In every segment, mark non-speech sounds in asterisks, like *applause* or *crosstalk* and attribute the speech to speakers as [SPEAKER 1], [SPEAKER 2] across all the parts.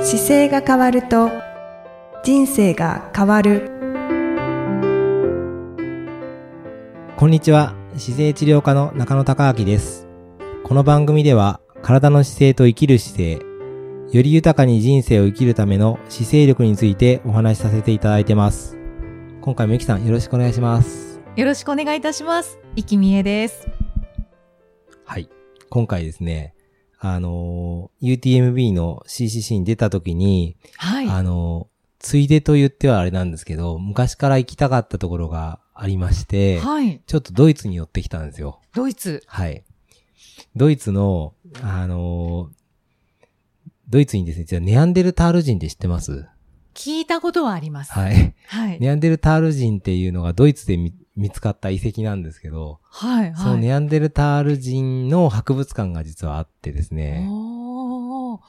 [SPEAKER 1] 姿勢が変わると人生が変わる
[SPEAKER 2] こんにちは姿勢治療科の中野孝明ですこの番組では体の姿勢と生きる姿勢より豊かに人生を生きるための姿勢力についてお話しさせていただいてます今回もゆきさんよろしくお願いします
[SPEAKER 3] よろしくお願いいたします。生きみえです。
[SPEAKER 2] はい今回ですねあのー UTMB の CCC に出た時に、
[SPEAKER 3] はい。
[SPEAKER 2] あのーついでと言ってはあれなんですけど昔から行きたかったところがありまして、
[SPEAKER 3] はい。
[SPEAKER 2] ちょっとドイツに寄ってきたんですよ。
[SPEAKER 3] ドイツ。
[SPEAKER 2] はい。ドイツの、あのードイツにですね、じゃあネアンデルタール人って知ってます
[SPEAKER 3] 聞いたことはあります。はい。
[SPEAKER 2] はい。
[SPEAKER 3] はい。
[SPEAKER 2] ネアンデルタール人っていうのがドイツでみ見つかった遺跡なんですけど、
[SPEAKER 3] はい。
[SPEAKER 2] そのネアンデルタール人の博物館が実はあってですね、
[SPEAKER 3] おー。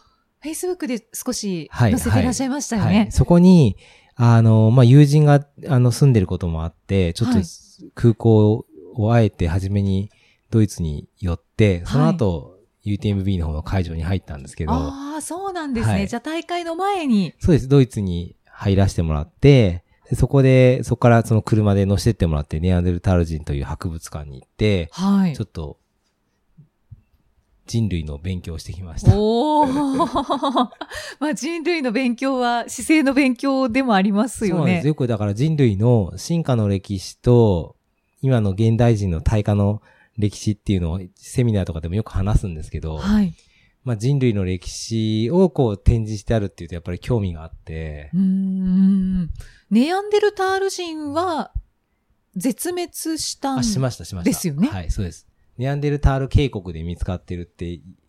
[SPEAKER 3] Facebook で少し
[SPEAKER 2] はい
[SPEAKER 3] 載せていらっしゃいましたよ
[SPEAKER 2] はい
[SPEAKER 3] ね。。
[SPEAKER 2] そこに、あのーまあ、友人が、あの、住んでることもあって、ちょっと
[SPEAKER 3] はい
[SPEAKER 2] 空港をあえて初めにドイツに寄って、その後、UTMB の方の会場に入ったんですけど、
[SPEAKER 3] ああ、そうなんですね。
[SPEAKER 2] はい
[SPEAKER 3] じゃあ大会の前に。
[SPEAKER 2] そうです。ドイツに入らせてもらって、でそこで、そこからその車で乗せてってもらって、ネアンデルタール人という博物館に行って、
[SPEAKER 3] はい
[SPEAKER 2] ちょ。っと、人類の勉強をしてきました。
[SPEAKER 3] おお。 *laughs* まあ人類の勉強は姿勢の勉強でもあります
[SPEAKER 2] そう
[SPEAKER 3] よ
[SPEAKER 2] なんで
[SPEAKER 3] ね
[SPEAKER 2] す。。よくだから人類の進化の歴史と、今の現代人の退化の歴史っていうのをセミナーとかでもよく話すんですけど、
[SPEAKER 3] はい。
[SPEAKER 2] まあ人類の歴史をこう展示してあるっていうとやっぱり興味があって
[SPEAKER 3] う、ーん。ネアンデルタール人は絶滅したん
[SPEAKER 2] あ、しました、しました。
[SPEAKER 3] ですよね
[SPEAKER 2] はい、そうです。ネアンデルタール渓谷で見つかってるって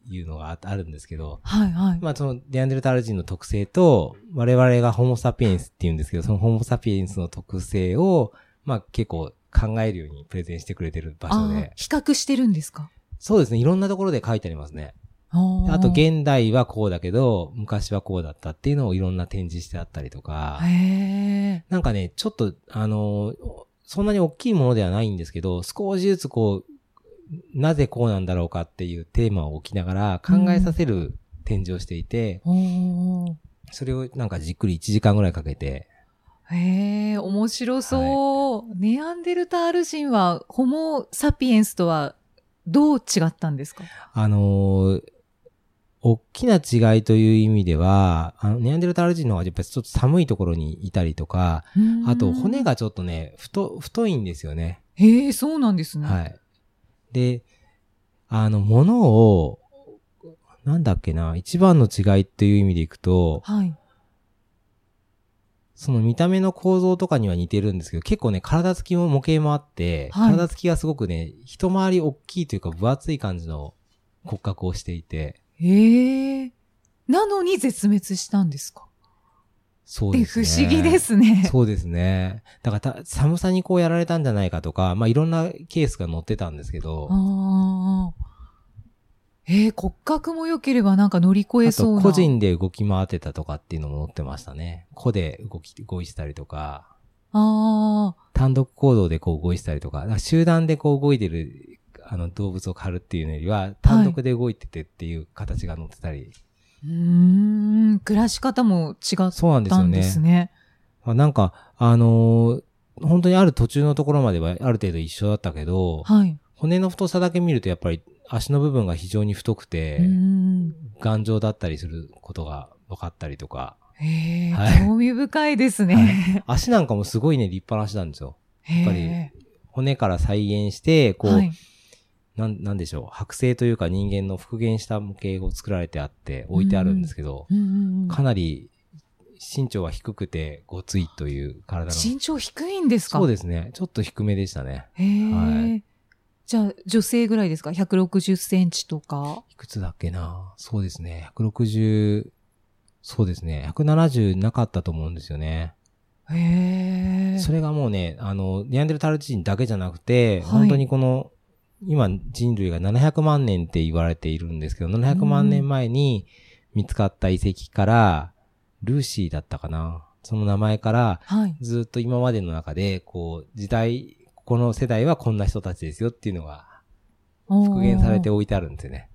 [SPEAKER 2] いうのがああるんですけど、
[SPEAKER 3] はいはい。
[SPEAKER 2] まあそのネアンデルタール人の特性と、我々がホモサピエンスっていうんですけど、そのホモサピエンスの特性を、まあ結構考えるようにプレゼンしてくれてる場所
[SPEAKER 3] あー
[SPEAKER 2] で、
[SPEAKER 3] 比較してるんですか
[SPEAKER 2] そうですね、いろんなところで書いてありますね。
[SPEAKER 3] あ
[SPEAKER 2] あと
[SPEAKER 3] ー
[SPEAKER 2] 現代はこうだけど、昔はこうだったっていうのをいろんな展示してあったりとか、
[SPEAKER 3] へ
[SPEAKER 2] なんかね、ちょっと、あのーそんなに大きいものではないんですけど、少しずつこう、なぜこうなんだろうかっていうテーマを置きながら考えさせる展示をしていて、
[SPEAKER 3] ーおー
[SPEAKER 2] それをなんかじっくり1時間ぐらいかけて、
[SPEAKER 3] へえ、面白そう、ネアンデルタール人はホモ・サピエンスとはどう違ったんですか
[SPEAKER 2] あのー大きな違いという意味では、あの、ネアンデルタール人の方がやっぱりちょっと寒いところにいたりとか、あと骨。がちょっとね、太、太いんですよね。
[SPEAKER 3] うーんへえ、そうなんですね。
[SPEAKER 2] はい。で、あの、物を、なんだっけな、一番の違いっていう意味でいくと、
[SPEAKER 3] はい。
[SPEAKER 2] その見た目の構造とかには似てるんですけど、結構ね、体つきも模型もあって、
[SPEAKER 3] はい
[SPEAKER 2] 体つきがすごくね、一回り大きいというか分厚い感じの骨格をしていて、
[SPEAKER 3] へえ。なのに絶滅したんですか
[SPEAKER 2] そう
[SPEAKER 3] で、
[SPEAKER 2] です
[SPEAKER 3] 不
[SPEAKER 2] ね。
[SPEAKER 3] 思議で。すね。
[SPEAKER 2] そうですね。だからた寒さにこうやられたんじゃないかとか、まあいろんなケースが載ってたんですけど、
[SPEAKER 3] ああ。えー、骨格も良ければなんか乗り越え
[SPEAKER 2] あ
[SPEAKER 3] そう
[SPEAKER 2] と
[SPEAKER 3] な。
[SPEAKER 2] 個人で動き回ってたとかっていうのも載ってましたね。個で動き、動いてたりとか、
[SPEAKER 3] ああ。
[SPEAKER 2] 単独行動でこう動いてたりとか、だから集団でこう動いてる、あの動物を狩るっていうのよりは、単独で動いててっていう形が載ってたり。
[SPEAKER 3] うーん、暮らし方も違っ
[SPEAKER 2] そうなんです
[SPEAKER 3] た
[SPEAKER 2] よ
[SPEAKER 3] んで
[SPEAKER 2] ね。
[SPEAKER 3] すね。
[SPEAKER 2] あなんか、あのー本当にある途中のところまではある程度一緒だったけど、
[SPEAKER 3] はい。
[SPEAKER 2] 骨の太さだけ見るとやっぱり足の部分が非常に太くて
[SPEAKER 3] うー、ん。
[SPEAKER 2] 頑丈だったりすることが分かったりとか、
[SPEAKER 3] へえ、
[SPEAKER 2] はい
[SPEAKER 3] 興味深いですね。
[SPEAKER 2] 足なんかもすごいね、立派な足なんですよ。
[SPEAKER 3] *laughs* や
[SPEAKER 2] っぱり骨から再現して、こう、
[SPEAKER 3] はい。
[SPEAKER 2] なん、なんでしょう、剥製というか人間の復元した模型を作られてあって、置いてあるんですけど、
[SPEAKER 3] うんうんうん
[SPEAKER 2] かなり身長は低くて、ごついという体の。
[SPEAKER 3] 身長低いんですか
[SPEAKER 2] そう
[SPEAKER 3] で
[SPEAKER 2] ですね。ちょっと低めでしたね。
[SPEAKER 3] す。へえ、
[SPEAKER 2] は
[SPEAKER 3] じゃあ、女性ぐらいですか ?160 センチとか。
[SPEAKER 2] いくつだっけなそうですね。160、そうですね。170なかったと思うんですよね。
[SPEAKER 3] へえ。
[SPEAKER 2] それがもうね、あの、ネアンデルタール人だけじゃなくて、
[SPEAKER 3] はい
[SPEAKER 2] 本当にこの、今人類が700万年って言われているんですけど、700万年前に見つかった遺跡から、ルーシーだったかな。その名前から、
[SPEAKER 3] はい。
[SPEAKER 2] ずっと今までの中で、こう、時代、この世代はこんな人たちですよっていうのが
[SPEAKER 3] おー
[SPEAKER 2] 復元されて。置いてあるんですよね。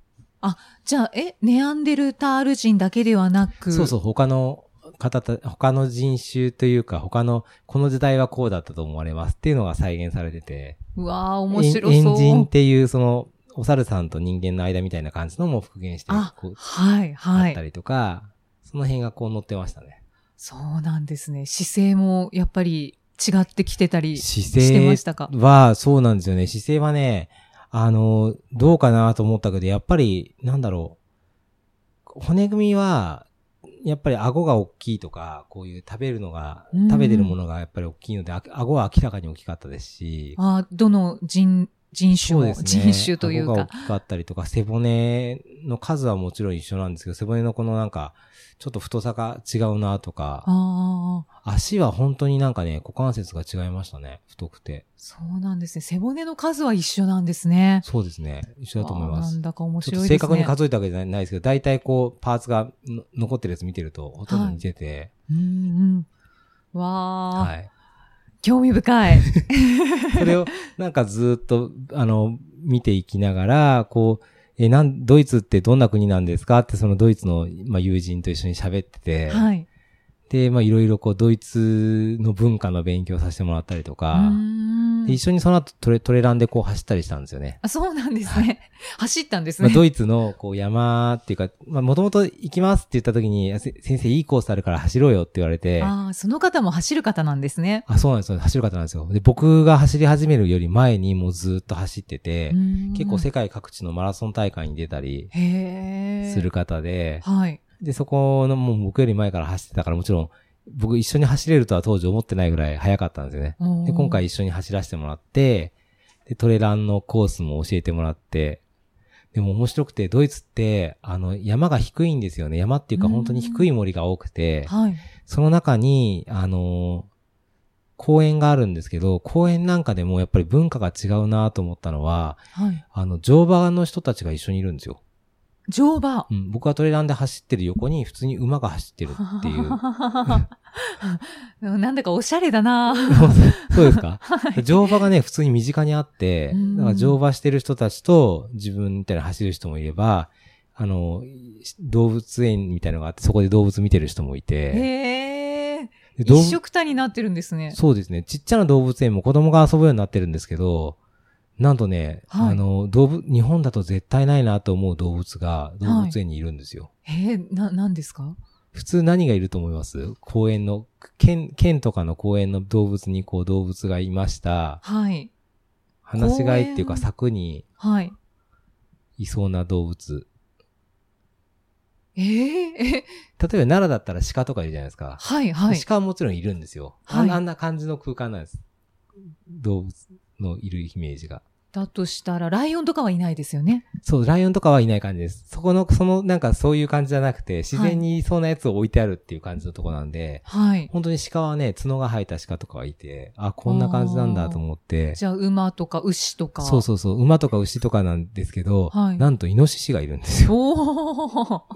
[SPEAKER 3] じゃあ、え、ネアンデルタール人だけではなく、
[SPEAKER 2] そうそう、他の方た、他の人種というか、他の、この時代はこうだったと思われますっていうのが再現されてて、
[SPEAKER 3] う。わあ、面白そう。
[SPEAKER 2] エンジンっていう、その、お猿さんと人間の間みたいな感じのも復元して
[SPEAKER 3] あ
[SPEAKER 2] こう、
[SPEAKER 3] はい、
[SPEAKER 2] あ
[SPEAKER 3] は
[SPEAKER 2] った
[SPEAKER 3] い。
[SPEAKER 2] りとか、その辺がこう載ってましたね。
[SPEAKER 3] そうなんですね。姿勢もやっぱり違ってきてたりし
[SPEAKER 2] 姿
[SPEAKER 3] てま
[SPEAKER 2] 勢
[SPEAKER 3] したか。
[SPEAKER 2] は、そうなんですよね。姿勢はね、あの、どうかなと思ったけど、やっぱり、なんだろう。骨組みは、やっぱり顎が大きいとか、こういう食べるのが、
[SPEAKER 3] うん
[SPEAKER 2] 食べてるものがやっぱり大きいので、あ顎は明らかに大きかったですし、
[SPEAKER 3] あどの人、人種
[SPEAKER 2] そう
[SPEAKER 3] も、
[SPEAKER 2] ですね
[SPEAKER 3] 人種という
[SPEAKER 2] 顎が
[SPEAKER 3] か
[SPEAKER 2] 大。きかったりとか、背骨の数はもちろん一緒なんですけど、背骨のこのなんか、ちょっと太さが違うなとか、
[SPEAKER 3] ああ、
[SPEAKER 2] 足は本当になんかね、股関節が違いましたね。太くて。
[SPEAKER 3] そうなんですね。背骨の数は一緒なんですね。
[SPEAKER 2] そうですね。一緒だと思いま
[SPEAKER 3] あーな
[SPEAKER 2] す
[SPEAKER 3] ん。だか面
[SPEAKER 2] ち
[SPEAKER 3] 白い
[SPEAKER 2] ょっ
[SPEAKER 3] で
[SPEAKER 2] と
[SPEAKER 3] すね。
[SPEAKER 2] 正確に数えたわけじゃないですけど、大体こう、パーツがの残ってるやつ見てると、ほとんど似てて、
[SPEAKER 3] うんうん。わあ、
[SPEAKER 2] はい。
[SPEAKER 3] 興味深い。
[SPEAKER 2] *laughs* それを、なんかずっと、あの、見ていきながら、こう、え、なん、ドイツってどんな国なんですかって、そのドイツの、まあ、友人と一緒に喋ってて、
[SPEAKER 3] はい。
[SPEAKER 2] で、まあ、いろいろこう、ドイツの文化の勉強させてもらったりと
[SPEAKER 3] う
[SPEAKER 2] か、
[SPEAKER 3] ー
[SPEAKER 2] で
[SPEAKER 3] ん
[SPEAKER 2] 一緒にその後トレ、トレランでこう走ったりしたんですよね。
[SPEAKER 3] あそうなんですね。走ったんです
[SPEAKER 2] まあ、
[SPEAKER 3] ね。
[SPEAKER 2] ドイツのこう山っていうか、まあ、もともと行きますって言った時に、せ先生いいコースあるから走ろうよって言われて、
[SPEAKER 3] ああ、その方も走る方なんですね。
[SPEAKER 2] あ、そうなんですよ。走る方なんですよ。で、僕が走り始めるより前にもうずっと走ってて、結構世界各地のマラソン大会に出たり
[SPEAKER 3] 界へえ。
[SPEAKER 2] する。方で、
[SPEAKER 3] はい。
[SPEAKER 2] で、そこのもう僕より前から走ってたからもちろん、僕一緒に走れるとは当時思ってないぐらい早かったんですよね。で、
[SPEAKER 3] で
[SPEAKER 2] 今。回一緒に走らせてもらって、で、トレランのコースも教えてもらって、でも面白くて、ドイツって、あの、山が低いんですよね。山っていうか
[SPEAKER 3] うん
[SPEAKER 2] 本当に低い森が多くて、
[SPEAKER 3] はい。
[SPEAKER 2] その中に、あの、公園があるんですけど、公園なんかでもやっぱり文化が違うなと思ったのは、
[SPEAKER 3] はい。
[SPEAKER 2] あの、乗馬の人たちが一緒にいるんですよ。
[SPEAKER 3] 乗馬。
[SPEAKER 2] うん、僕はトレランで走ってる横に普通に馬が走ってるっ
[SPEAKER 3] *laughs*
[SPEAKER 2] ていう。
[SPEAKER 3] なんだかおしゃれだな。
[SPEAKER 2] そうですか乗馬が
[SPEAKER 3] *laughs*
[SPEAKER 2] ね、普通に身近にあって
[SPEAKER 3] うん、
[SPEAKER 2] だから乗馬してる人たちと自分みたいな走る人もいれば、あの、動物園みたいなのがあって、そこで動物見てる人もいて、
[SPEAKER 3] へえ。
[SPEAKER 2] で動
[SPEAKER 3] 一
[SPEAKER 2] 物
[SPEAKER 3] 緒くたになってるんですね。
[SPEAKER 2] そうですね。ちっちゃな動物園も子供が遊ぶようになってるんですけど、なんとね、
[SPEAKER 3] はい
[SPEAKER 2] あの、動物、日本だと絶対ないなと思う動物が動物園にいるんですよ。
[SPEAKER 3] へえ、な、なんですか
[SPEAKER 2] 普通何がいると思います公園の、県、県とかの公園の動物にこう動物がいました。
[SPEAKER 3] はい。
[SPEAKER 2] 話し飼いっていうか
[SPEAKER 3] 公園
[SPEAKER 2] 柵に
[SPEAKER 3] はい。
[SPEAKER 2] いそうな動物。
[SPEAKER 3] えええ、
[SPEAKER 2] 例えば奈良だったら鹿とかいるじゃないですか。
[SPEAKER 3] はい、はい。
[SPEAKER 2] 鹿はもちろんいるんですよ。あ
[SPEAKER 3] はい
[SPEAKER 2] あんな感じの空間なんです。動物のいるイメージが。
[SPEAKER 3] だとしたら、ライオンとかはいないですよね。
[SPEAKER 2] そう、ライオンとかはいない感じです。そこの、その、なんかそういう感じじゃなくて、自然にいそうなやつを置いてあるっていう感じのとこなんで、
[SPEAKER 3] はい。
[SPEAKER 2] 本当に鹿はね、角が生えた鹿とかはいて、あ、こんな感じなんだと思って、
[SPEAKER 3] じゃあ、馬とか牛とか。
[SPEAKER 2] そうそうそう、馬とか牛とかなんですけど、
[SPEAKER 3] はい
[SPEAKER 2] なんとイノシシがいるんですよ。 *laughs*
[SPEAKER 3] おお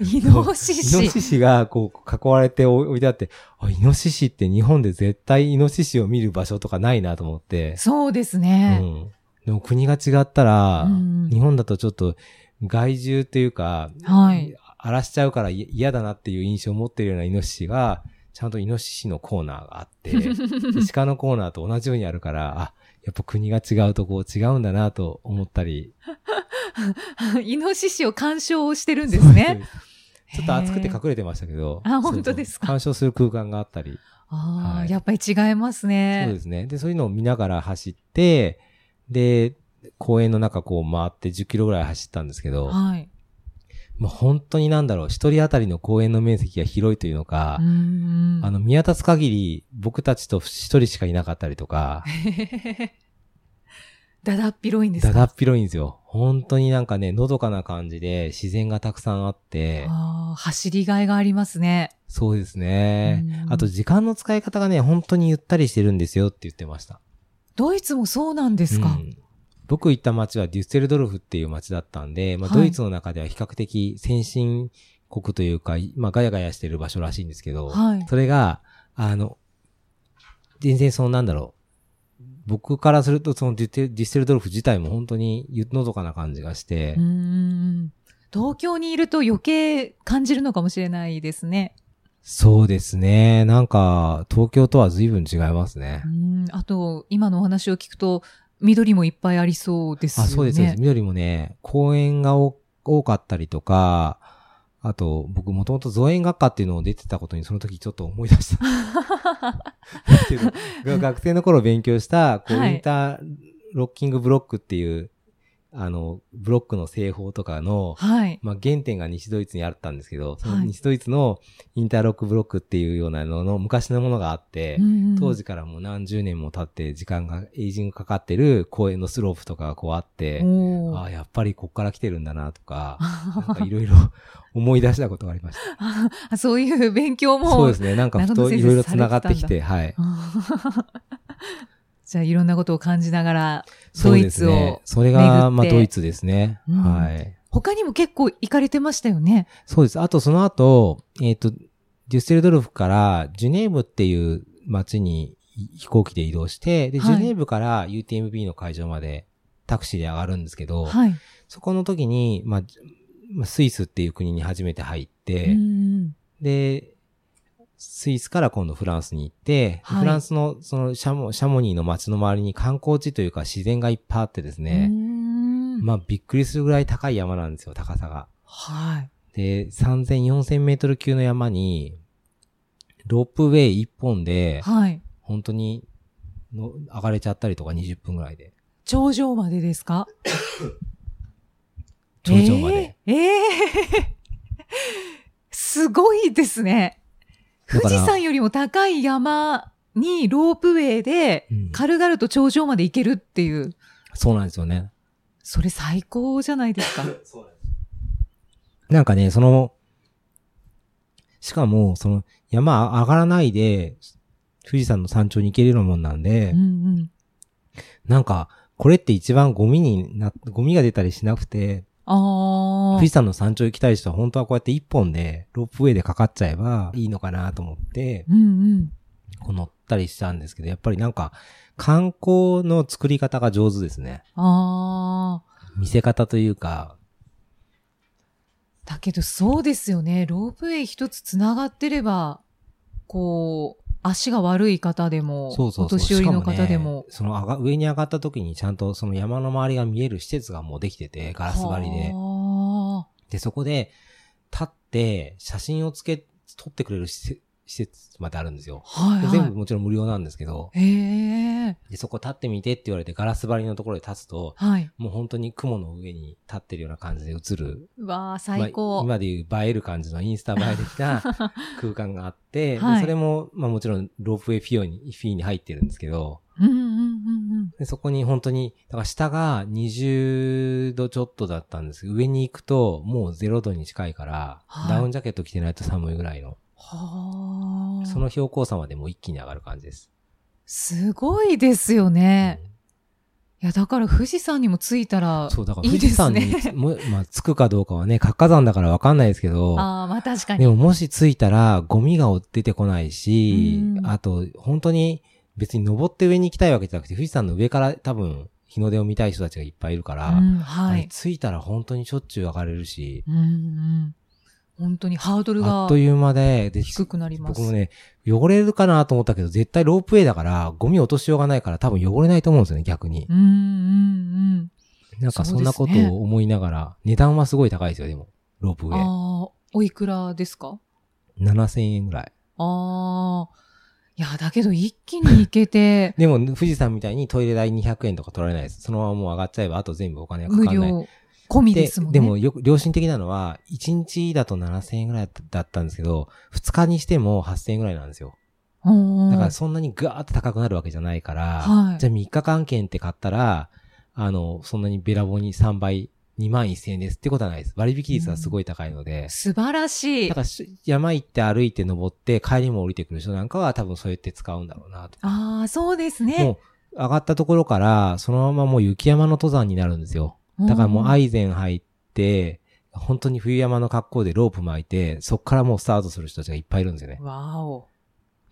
[SPEAKER 3] イノシ
[SPEAKER 2] イノシ
[SPEAKER 3] シ。
[SPEAKER 2] シがこう囲われて置いてあって、あ、イノシシって日本で絶対イノシシを見る場所とかないなと思って、
[SPEAKER 3] そうです
[SPEAKER 2] う
[SPEAKER 3] ね。
[SPEAKER 2] ん。でも国が違ったら、
[SPEAKER 3] うん
[SPEAKER 2] 日本だとちょっと害獣というか、
[SPEAKER 3] はい
[SPEAKER 2] 荒らしちゃうからい嫌だなっていう印象を持ってるようなイノシシが、ちゃんとイノシシのコーナーが
[SPEAKER 3] *laughs*
[SPEAKER 2] あって、鹿のコーナーと同じようにあるから、あ、やっぱ国が違うとこう違うんだなと思ったり。
[SPEAKER 3] *laughs* イノシシを鑑賞してるんですね。
[SPEAKER 2] ちょっと暑くて
[SPEAKER 3] へー
[SPEAKER 2] 隠れてましたけど。
[SPEAKER 3] あ本当ですか
[SPEAKER 2] そうそう鑑賞する空間があったり。
[SPEAKER 3] ああ、
[SPEAKER 2] はい
[SPEAKER 3] やっぱり違いますね。
[SPEAKER 2] そうですね。で、そういうのを見ながら走って、で、公園の中こう回って10キロぐらい走ったんですけど、
[SPEAKER 3] はい。
[SPEAKER 2] まあ、本当になんだろう、一人当たりの公園の面積が広いというのか
[SPEAKER 3] う、ん
[SPEAKER 2] あの、見渡す限り僕たちと一人しかいなかったりとか、
[SPEAKER 3] だだっ広いんです
[SPEAKER 2] だ
[SPEAKER 3] か
[SPEAKER 2] だっ広いんですよ。本当になんかね、のどかな感じで自然がたくさんあって、
[SPEAKER 3] ああ、走りがいがありますね。
[SPEAKER 2] そうですね
[SPEAKER 3] う。ん
[SPEAKER 2] あと時間の使い方がね、本当にゆったりしてるんですよって言ってました。
[SPEAKER 3] ドイツもそうなんですか。
[SPEAKER 2] うん僕行った街はデュッセルドルフっていう街だったんで、まあ、
[SPEAKER 3] はい
[SPEAKER 2] ドイツの中では比較的先進国というか、まあ、ガヤガヤしてる場所らしいんですけど、
[SPEAKER 3] はい。
[SPEAKER 2] それが、あの、全然そのなんだろう、僕からすると、そのデュテデュッセルドルフ自体も本当にのどかな感じがして、
[SPEAKER 3] うーん東京にいると余計感じるのかもしれないですね。
[SPEAKER 2] そうですね。なんか、東京とは随分違いますね
[SPEAKER 3] う。んあと、今のお話を聞くと、緑もいっぱいありそうですよ
[SPEAKER 2] あ、
[SPEAKER 3] ね。
[SPEAKER 2] そうです、そうです。緑もね、公園がお多かったりとか、あと、僕もともと造園学科っていうのを出てたことにその時ちょっと思い出
[SPEAKER 3] *laughs*
[SPEAKER 2] した。けどが学生の頃勉強した、こう、
[SPEAKER 3] はい
[SPEAKER 2] インターロッキングブロックっていう、あの、ブロックの製法とかの、
[SPEAKER 3] はい。
[SPEAKER 2] まあ、原点が西ドイツにあったんですけど、その
[SPEAKER 3] はい
[SPEAKER 2] 西ドイツのインターロックブロックっていうようなのの昔のものがあって、
[SPEAKER 3] うんうん
[SPEAKER 2] 当時からもう何十年も経って時間が、エイジングかかってる公園のスロープとかがこうあって、
[SPEAKER 3] おー
[SPEAKER 2] あ
[SPEAKER 3] *laughs*
[SPEAKER 2] あ、やっぱりこっから来てるんだなとか、なん
[SPEAKER 3] あ
[SPEAKER 2] かいろいろ思い出したことがありました。
[SPEAKER 3] そういう勉強も。
[SPEAKER 2] そうですね。なんかふといろいろ繋がってきて、はい。
[SPEAKER 3] *laughs* じゃあ、いろんなことを感じながら、
[SPEAKER 2] そ
[SPEAKER 3] ド
[SPEAKER 2] うで
[SPEAKER 3] イ
[SPEAKER 2] す
[SPEAKER 3] ツを巡っ
[SPEAKER 2] ね
[SPEAKER 3] て。。
[SPEAKER 2] それが、まあドイツですね。
[SPEAKER 3] うん
[SPEAKER 2] はい。
[SPEAKER 3] 他にも結構行かれてましたよね。
[SPEAKER 2] そうです。あとその後、えっ、と、デュッセルドルフからジュネーブっていう街に飛行機で移動して、で、
[SPEAKER 3] はい
[SPEAKER 2] ジュネーブから UTMB の会場までタクシーで上がるんですけど、
[SPEAKER 3] はい。
[SPEAKER 2] そこの時に、まあ、じまあスイスっていう国に初めて入って、
[SPEAKER 3] うん
[SPEAKER 2] で、スイスから今度フランスに行って、
[SPEAKER 3] はい
[SPEAKER 2] フランスのそのシャモシャモニーの街の周りに観光地というか自然がいっぱいあってですね、
[SPEAKER 3] うん
[SPEAKER 2] まあびっくりするぐらい高い山なんですよ、高さが。
[SPEAKER 3] はい。
[SPEAKER 2] で、3000、4000メートル級の山に、ロープウェイ1本で、
[SPEAKER 3] はい。
[SPEAKER 2] 本当にの上がれちゃったりとか20分ぐらいで、
[SPEAKER 3] 頂上までですか
[SPEAKER 2] 頂上まで。。
[SPEAKER 3] えーえー *laughs* すごいですね。
[SPEAKER 2] だ
[SPEAKER 3] 富
[SPEAKER 2] から
[SPEAKER 3] 士山よりも高い山にロープウェイで
[SPEAKER 2] うん
[SPEAKER 3] 軽々と頂上まで行けるっていう、
[SPEAKER 2] そうなんですよね。
[SPEAKER 3] それ最高じゃない
[SPEAKER 2] *laughs*
[SPEAKER 3] ですか。
[SPEAKER 2] なんかね、その、しかも、その、山上がらないで、富士山の山頂に行けるようなもんなんで、
[SPEAKER 3] うんうん。
[SPEAKER 2] なんか、これって一番ゴミにな、ゴミが出たりしなくて、
[SPEAKER 3] あ
[SPEAKER 2] 富
[SPEAKER 3] ー
[SPEAKER 2] 士山の山頂行きたい人は本当はこうやって一本で、ロープウェイでかかっちゃえばいいのかなと思って、
[SPEAKER 3] うんうん。
[SPEAKER 2] こう乗ったりしたんですけど、やっぱりなんか、観光の作り方が上手ですね。
[SPEAKER 3] ああ。
[SPEAKER 2] 見せ方というか、
[SPEAKER 3] だけどそうですよね。ロープウェイ一つ繋がってれば、こう、足が悪い方でも、
[SPEAKER 2] そうそうそう。
[SPEAKER 3] お年寄りの
[SPEAKER 2] しか
[SPEAKER 3] 方でも
[SPEAKER 2] ね、その上が上に上がった時にちゃんとその山の周りが見える施設がもうできてて、ガラス張りで。
[SPEAKER 3] は
[SPEAKER 2] で、そこで、立って写真をつけ、撮ってくれる施設施設まであるんですよ。
[SPEAKER 3] あはい、
[SPEAKER 2] で
[SPEAKER 3] はい。
[SPEAKER 2] 全部もちろん無料なんですけど、
[SPEAKER 3] へえ。
[SPEAKER 2] でそこ立ってみてって言われてガラス張りのところで立つと、
[SPEAKER 3] はい。
[SPEAKER 2] もう本当に雲の上に立ってるような感じで映る
[SPEAKER 3] うわあ、最高。
[SPEAKER 2] まあ今でいう映える感じのインスタ映えできた
[SPEAKER 3] *laughs*
[SPEAKER 2] 空間があって、で
[SPEAKER 3] はい
[SPEAKER 2] それも、まあもちろんロープウェイフィーに、フィーに入ってるんですけど、
[SPEAKER 3] うんうんうん
[SPEAKER 2] でそこに本当に、だから下が20度ちょっとだったんですけど、上に行くともう0度に近いから、
[SPEAKER 3] はい
[SPEAKER 2] ダウンジャケット着てないと寒いぐらいの、
[SPEAKER 3] うん。はあ。
[SPEAKER 2] その標高差までもう一気に上がる感じです。
[SPEAKER 3] すごいですよね。
[SPEAKER 2] うん
[SPEAKER 3] いや、だから富士山にも着いたら、
[SPEAKER 2] そう、だから
[SPEAKER 3] い
[SPEAKER 2] 富
[SPEAKER 3] いで
[SPEAKER 2] 士
[SPEAKER 3] す
[SPEAKER 2] 山に
[SPEAKER 3] ね
[SPEAKER 2] も、まあ、着くかどうか
[SPEAKER 3] *laughs*
[SPEAKER 2] はね、活火山だからわかんないですけど、
[SPEAKER 3] ああ、まあ確かに。
[SPEAKER 2] でももし着いたらゴミが出てこないし
[SPEAKER 3] う、ん
[SPEAKER 2] あと本当に別に登って上に行きたいわけじゃなくて、富士山の上から多分日の出を見たい人たちがいっぱいいるから、
[SPEAKER 3] うん、
[SPEAKER 2] あ
[SPEAKER 3] は
[SPEAKER 2] れ
[SPEAKER 3] い。
[SPEAKER 2] 着いたら本当にしょっちゅう上がれるし、
[SPEAKER 3] うんうん。本当にハードル
[SPEAKER 2] あ
[SPEAKER 3] が
[SPEAKER 2] っという間で、で
[SPEAKER 3] 低くなります。
[SPEAKER 2] 僕もね、汚れるかなと思ったけど、絶対ロープウェイだから、ゴミ落としようがないから多分汚れないと思うんですよね、逆に
[SPEAKER 3] う。んうん
[SPEAKER 2] なんかそんなこ
[SPEAKER 3] そ
[SPEAKER 2] と
[SPEAKER 3] うですね
[SPEAKER 2] を思いながら、値段はすごい高いですよ、でも。ロープウ
[SPEAKER 3] うん。
[SPEAKER 2] ェイ。
[SPEAKER 3] ああ、おいくらですか
[SPEAKER 2] 7000円ぐらい。
[SPEAKER 3] ああ。いや、だけど一気に行け
[SPEAKER 2] *laughs*、
[SPEAKER 3] て
[SPEAKER 2] でも、富士山みたいにトイレ代200円とか取られないです。そのままもう上がっちゃえば、あと全部お金がかか
[SPEAKER 3] 無
[SPEAKER 2] んない。
[SPEAKER 3] 料込み
[SPEAKER 2] で
[SPEAKER 3] ですもんね。
[SPEAKER 2] でもよく、良心的なのは、1日だと7000円ぐらいだったんですけど、2日にしても8000円ぐらいなんですよ。
[SPEAKER 3] うんうん、
[SPEAKER 2] だからそんなにガーッと高くなるわけじゃないから、
[SPEAKER 3] はい
[SPEAKER 2] じゃあ3日間券って買ったら、あの、そんなにべらぼうに3倍、2万1000円ですってことはないです。割引率はすごい高いので、
[SPEAKER 3] 素晴らしい
[SPEAKER 2] だか。らし山行って歩いて登って帰りも降りてくる人なんかは多分そうやって使うんだろうなと。
[SPEAKER 3] ああ、そうですね。
[SPEAKER 2] もう上がったところから、そのままもう雪山の登山になるんですよ。だからもうアイゼン入って、本当に冬山の格好でロープ巻いて、そっからもうスタートする人たちがいっぱいいるんですよね。
[SPEAKER 3] わお。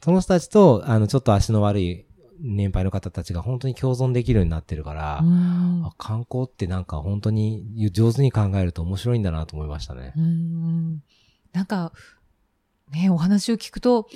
[SPEAKER 2] その人たちと、あの、ちょっと足の悪い年配の方たちが本当に共存できるようになってるから、
[SPEAKER 3] うん
[SPEAKER 2] あ観光ってなんか本当に上手に考えると面白いんだなと思いましたね。
[SPEAKER 3] うんなんか、ね、お話を聞くと、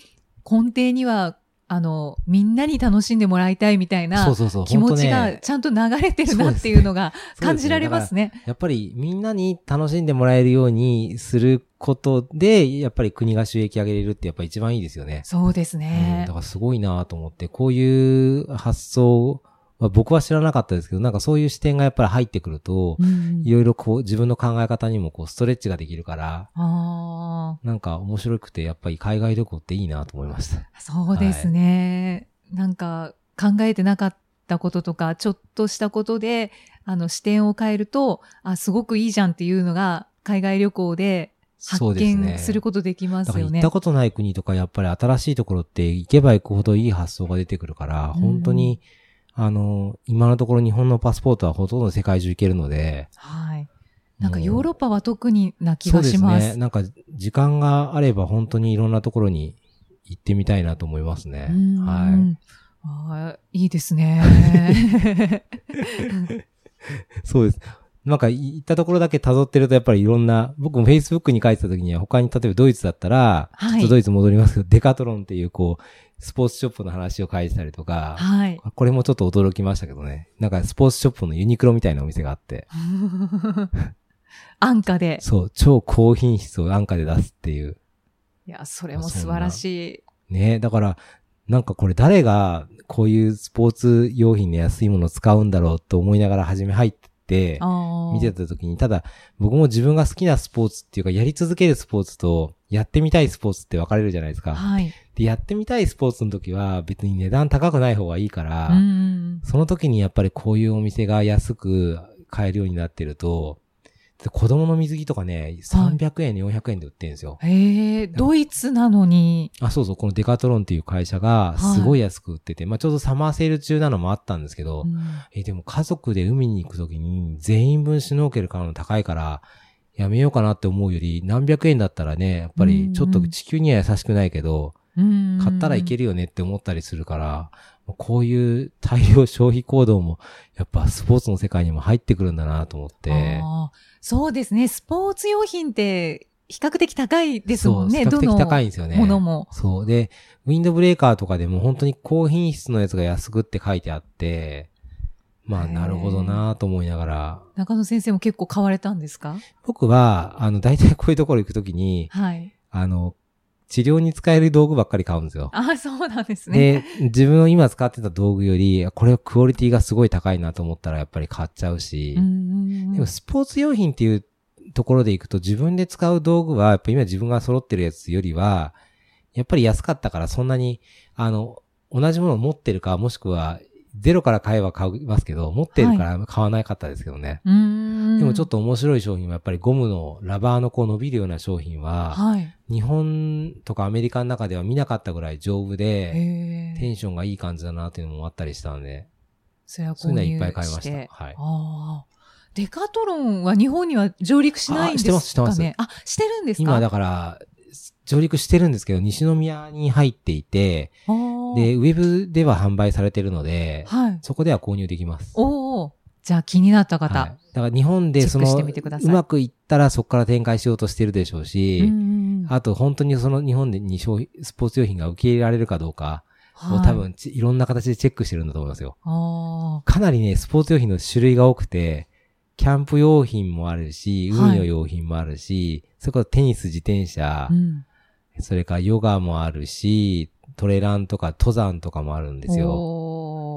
[SPEAKER 3] 根底には、あの、みんなに楽しんでもらいたいみたい
[SPEAKER 2] そう
[SPEAKER 3] な
[SPEAKER 2] そうそう。
[SPEAKER 3] 気持ち
[SPEAKER 2] 本当
[SPEAKER 3] が
[SPEAKER 2] ね
[SPEAKER 3] ちゃんと流れてるなっていうのが感じられます。
[SPEAKER 2] そうですねだか
[SPEAKER 3] ね。
[SPEAKER 2] らやっぱりみんなに楽しんでもらえるようにすることで、やっぱり国が収益上げれるってやっぱ一番いいですよね。
[SPEAKER 3] そうです
[SPEAKER 2] うん
[SPEAKER 3] ね
[SPEAKER 2] だ。からすごいなと思って、こういう発想は僕は知らなかったですけど、なんかそういう視点がやっぱり入ってくると、
[SPEAKER 3] うん
[SPEAKER 2] いろいろこう自分の考え方にもこうストレッチができるから、
[SPEAKER 3] あ
[SPEAKER 2] なんか面白くてやっぱり海外旅行っていいなと思いました。
[SPEAKER 3] あ、そうですね。なんか、考えてなかったこととか、ちょっとしたことで、あの、視点を変えると、あ、すごくいいじゃんっていうのが、海外旅行で発
[SPEAKER 2] そうですね
[SPEAKER 3] 見することできま
[SPEAKER 2] だ
[SPEAKER 3] す
[SPEAKER 2] から
[SPEAKER 3] よ
[SPEAKER 2] 行っ
[SPEAKER 3] ね。
[SPEAKER 2] たことない国とかやっぱり新しいところって行けば行くほどいい発想が出てくるから、
[SPEAKER 3] うん
[SPEAKER 2] 本当に、あの、今のところ日本のパスポートはほとんど世界中行けるので、
[SPEAKER 3] はい。なんか
[SPEAKER 2] もう
[SPEAKER 3] ヨーロッパは特にな気
[SPEAKER 2] そ
[SPEAKER 3] が
[SPEAKER 2] うで
[SPEAKER 3] し
[SPEAKER 2] す
[SPEAKER 3] ます。
[SPEAKER 2] ね。なんか時間があれば本当にいろんなところに行ってみたいなと思いますね。
[SPEAKER 3] うん
[SPEAKER 2] はい。
[SPEAKER 3] あーいいです
[SPEAKER 2] *laughs*
[SPEAKER 3] ね。
[SPEAKER 2] そうです。なんか行ったところだけ辿ってるとやっぱりいろんな、僕も Facebook に書いてた時には他に例えばドイツだったら、
[SPEAKER 3] はい
[SPEAKER 2] ちょっとドイツ戻りますけど、デカトロンっていうこう、スポーツショップの話を書いてたりとか、 *laughs*
[SPEAKER 3] はい。
[SPEAKER 2] これもちょっと驚きましたけどね。なんかスポーツショップのユニクロみたいなお店があって、
[SPEAKER 3] 安価で。
[SPEAKER 2] そう、超高品質を安価で出すっていう。
[SPEAKER 3] いや、それも素晴らし
[SPEAKER 2] ねだから、なんかこれ誰がこういうスポーツ用品の安いものを使うんだろうと思いながら初め入って
[SPEAKER 3] い。、あー
[SPEAKER 2] 見てた時に、ただ僕も自分が好きなスポーツっていうか、やり続けるスポーツと、やってみたいスポーツって分かれるじゃないですか。
[SPEAKER 3] はい。
[SPEAKER 2] で、やってみたいスポーツの時は別に値段高くない方がいいから、
[SPEAKER 3] うん
[SPEAKER 2] その時にやっぱりこういうお店が安く買えるようになってると、で子供の水着とかね、300円、400円で売ってるんですよ。
[SPEAKER 3] へえ、ドイツなのに。
[SPEAKER 2] あ、そうそう、このデカトロンっていう会社が
[SPEAKER 3] はい
[SPEAKER 2] すごい安く売ってて、まあちょうどサマーセール中なのもあったんですけど、
[SPEAKER 3] うん
[SPEAKER 2] え、でも家族で海に行く時に全員分シュノーケル買うの高いから、やめようかなって思うより、何百円だったらね、やっぱりちょっと地球には優しくないけど、
[SPEAKER 3] うん
[SPEAKER 2] 買ったらいけるよねって思ったりするから、こういう大量消費行動も、やっぱスポーツの世界にも入ってくるんだなと思って。
[SPEAKER 3] あーそうですね。スポーツ用品って比較的高いですもんね。
[SPEAKER 2] そう比較的高いんですよ
[SPEAKER 3] ど
[SPEAKER 2] ね。
[SPEAKER 3] のものも。
[SPEAKER 2] そう。で、ウィンドブレーカーとかでも本当に高品質のやつが安くって書いてあって、まあ、
[SPEAKER 3] へー
[SPEAKER 2] なるほどなと思いながら、
[SPEAKER 3] 中野先生も結構買われたんですか
[SPEAKER 2] 僕は、あの、大体こういうところ行くときに、
[SPEAKER 3] はい。
[SPEAKER 2] あの、治療に使える道具ばっかり買うんですよ。
[SPEAKER 3] ああ、そうなんですね。
[SPEAKER 2] で、自分の今使ってた道具より、これはクオリティがすごい高いなと思ったらやっぱり買っちゃうし、
[SPEAKER 3] うん
[SPEAKER 2] でもスポーツ用品っていうところでいくと自分で使う道具は、やっぱ今自分が揃ってるやつよりは、やっぱり安かったからそんなに、あの、同じものを持ってるか、もしくは、ゼロから買えば買いますけど、持ってるから買わなかったですけどね。
[SPEAKER 3] うん
[SPEAKER 2] でもちょっと面白い商品はやっぱりゴムのラバーのこう伸びるような商品は、
[SPEAKER 3] はい。
[SPEAKER 2] 日本とかアメリカの中では見なかったぐらい丈夫
[SPEAKER 3] へ
[SPEAKER 2] で、テ
[SPEAKER 3] え。
[SPEAKER 2] ンションがいい感じだなっていうのもあったりしたんで、
[SPEAKER 3] それは
[SPEAKER 2] そう
[SPEAKER 3] 購
[SPEAKER 2] いうの
[SPEAKER 3] 入して
[SPEAKER 2] はいっぱい買いました。はい。
[SPEAKER 3] ああ。デカトロンは日本には上陸しないんですかね
[SPEAKER 2] あしてますして
[SPEAKER 3] あ、してるんですか
[SPEAKER 2] 今だから、上陸してるんですけど、西宮に入っていて、
[SPEAKER 3] あー
[SPEAKER 2] で、ウェブでは販売されてるので、
[SPEAKER 3] はい。
[SPEAKER 2] そこでは購入できます。
[SPEAKER 3] おお。じゃあ気になった
[SPEAKER 2] はい、
[SPEAKER 3] 方。
[SPEAKER 2] だから日本でその、
[SPEAKER 3] チェックしてみてくださいう
[SPEAKER 2] まくいったらそこから展開しようとしてるでしょう
[SPEAKER 3] うんう
[SPEAKER 2] し、
[SPEAKER 3] んうん
[SPEAKER 2] あと本当にその日本でに商品スポーツ用品が受け入れられるかどうかを
[SPEAKER 3] はい
[SPEAKER 2] 多分ちいろんな形でチェックしてるんだと思いますよ。
[SPEAKER 3] あ
[SPEAKER 2] かなりね、スポーツ用品の種類が多くて、キャンプ用品もあるし、
[SPEAKER 3] はい
[SPEAKER 2] 海の用品もあるし、それからテニス、自転車、
[SPEAKER 3] あ。うん。
[SPEAKER 2] それからヨガもあるし、トレランとか登山とかもあるんですよ。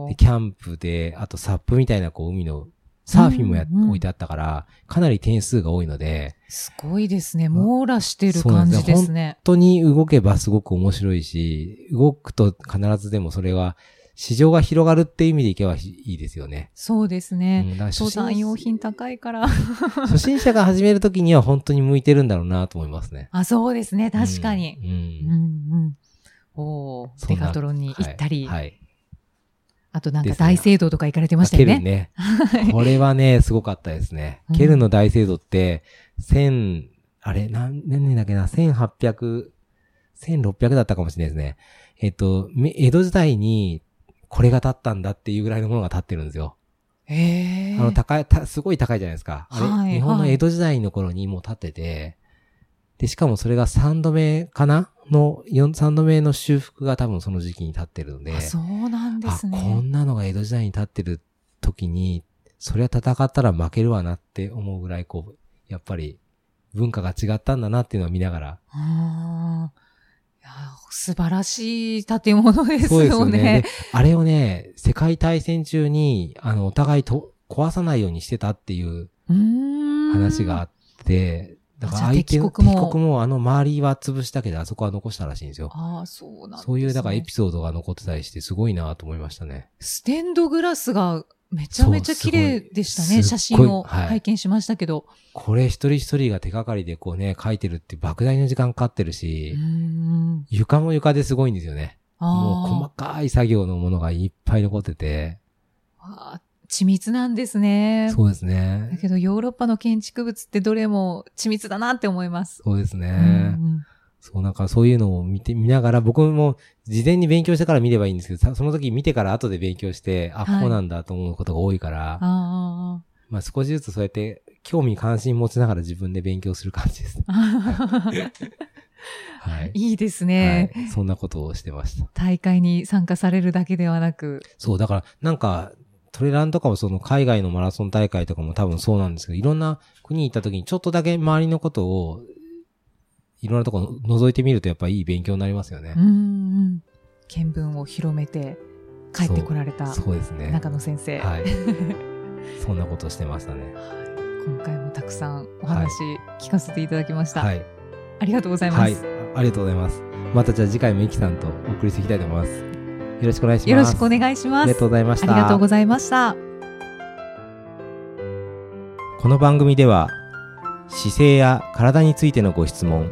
[SPEAKER 3] お
[SPEAKER 2] で
[SPEAKER 3] ー
[SPEAKER 2] キャンプで、あとサップみたいなこう海のサーフィンもや、
[SPEAKER 3] うんうん
[SPEAKER 2] 置いてあったから、かなり点数が多いので、
[SPEAKER 3] すごいですね。網羅してる感じですね。
[SPEAKER 2] 本当に動けばすごく面白いし、動くと必ずでもそれは市場が広がるっていう意味でいけばひいいですよね。
[SPEAKER 3] そうです
[SPEAKER 2] う
[SPEAKER 3] ね。
[SPEAKER 2] ん、だから
[SPEAKER 3] 登
[SPEAKER 2] 初
[SPEAKER 3] 山用品高いから。 *laughs*
[SPEAKER 2] 初心者が始めるときには本当に向いてるんだろうなと思いますね。
[SPEAKER 3] あ、そうですね。確かに。
[SPEAKER 2] うん。
[SPEAKER 3] うん
[SPEAKER 2] うん
[SPEAKER 3] うん。おー
[SPEAKER 2] そ
[SPEAKER 3] デ
[SPEAKER 2] んな
[SPEAKER 3] カトロンに行ったり、
[SPEAKER 2] はいはい
[SPEAKER 3] あとなん
[SPEAKER 2] で
[SPEAKER 3] か
[SPEAKER 2] すね
[SPEAKER 3] 大聖堂とか行かれてましたよ
[SPEAKER 2] あケル
[SPEAKER 3] ね。
[SPEAKER 2] ね。これはね、すごかったですね
[SPEAKER 3] う。ん
[SPEAKER 2] ケルの大聖堂って、千、あれ、何何年だっけな、1800、1600だったかもしれないですね。えっと、め江戸時代にこれが立ったんだっていうぐらいのものが立ってるんですよ。
[SPEAKER 3] ええ
[SPEAKER 2] あの、高い、たすごい高いじゃないですか。あれ、
[SPEAKER 3] はい
[SPEAKER 2] 日本の
[SPEAKER 3] はい
[SPEAKER 2] 江戸時代の頃にもう立ってて、で、しかもそれが3度目かなの、3度目の修復が多分その時期に立ってるので、
[SPEAKER 3] あそうなんです
[SPEAKER 2] あこ
[SPEAKER 3] ね。
[SPEAKER 2] んなのが江戸時代に立ってる時に、そりゃ戦ったら負けるわなって思うぐらい、こう、やっぱり文化が違ったんだなっていうのは見ながら。
[SPEAKER 3] うんいや素晴らしい建物です
[SPEAKER 2] そうです
[SPEAKER 3] よ
[SPEAKER 2] よね。
[SPEAKER 3] ね
[SPEAKER 2] で。あれをね、世界大戦中に、あの、お互いと壊さないようにしてたっていう
[SPEAKER 3] うーん
[SPEAKER 2] 話があって、だか
[SPEAKER 3] あ
[SPEAKER 2] ら相手
[SPEAKER 3] じゃ
[SPEAKER 2] の
[SPEAKER 3] あ敵国も
[SPEAKER 2] 敵国もあの周りは潰したけど、あそこは残したらしいんですよ。
[SPEAKER 3] ああ、そうなんです、ね。
[SPEAKER 2] そういう、だからエピソードが残ってたりして、すごいなと思いましたね。
[SPEAKER 3] ステンドグラスがめちゃめちゃ綺麗でした
[SPEAKER 2] そうすごい
[SPEAKER 3] ね。写真を
[SPEAKER 2] すっごいはい
[SPEAKER 3] 拝見しましたけど。
[SPEAKER 2] これ一人一人が手がかりでこうね、書いてるって莫大な時間かかってるし
[SPEAKER 3] うー、ん
[SPEAKER 2] 床も床ですごいんですよね。もう細
[SPEAKER 3] あ
[SPEAKER 2] かい作業のものがいっぱい残ってて。
[SPEAKER 3] あわあ、緻密なんですね。
[SPEAKER 2] そうです
[SPEAKER 3] だ
[SPEAKER 2] ね。
[SPEAKER 3] けどヨーロッパの建築物ってどれも緻密だなって思います。
[SPEAKER 2] そうです
[SPEAKER 3] う
[SPEAKER 2] ね。
[SPEAKER 3] ん
[SPEAKER 2] そう、なんかそういうのを見て、見ながら、僕も事前に勉強してから見ればいいんですけど、さその時見てから後で勉強して、あ、
[SPEAKER 3] はい
[SPEAKER 2] こうなんだと思うことが多いから、
[SPEAKER 3] ああ
[SPEAKER 2] まあ少しずつそうやって興味関心持ちながら自分で勉強する感じです
[SPEAKER 3] *laughs*
[SPEAKER 2] ね。
[SPEAKER 3] ああ、
[SPEAKER 2] はい。
[SPEAKER 3] いいですね、
[SPEAKER 2] はい。そんなことをしてました。
[SPEAKER 3] 大会に参加されるだけではなく。
[SPEAKER 2] そう、だからなんか、トレランとかもその海外のマラソン大会とかも多分そうなんですけど、いろんな国に行った時にちょっとだけ周りのことを、いろんなとこ覗いてみるとやっぱいい勉強になりますよね
[SPEAKER 3] う。んうん。見聞を広めて帰ってこられた
[SPEAKER 2] そうですね。
[SPEAKER 3] 中野先生。 *laughs*
[SPEAKER 2] はい。そんなことしてましたね。
[SPEAKER 3] 今回もたくさんお話聞かせていただきました。
[SPEAKER 2] はい。
[SPEAKER 3] ありがとうございま
[SPEAKER 2] はい
[SPEAKER 3] す。。
[SPEAKER 2] ありがとうございます。またじゃあ次回もイキさんとお送りしていきたいと思います。よろしくお願いします。
[SPEAKER 3] よろしくお
[SPEAKER 2] いし
[SPEAKER 3] 願いします。
[SPEAKER 2] ありがとうございました。
[SPEAKER 3] ありがとうございました。
[SPEAKER 2] この番組では姿勢や体についてのご質問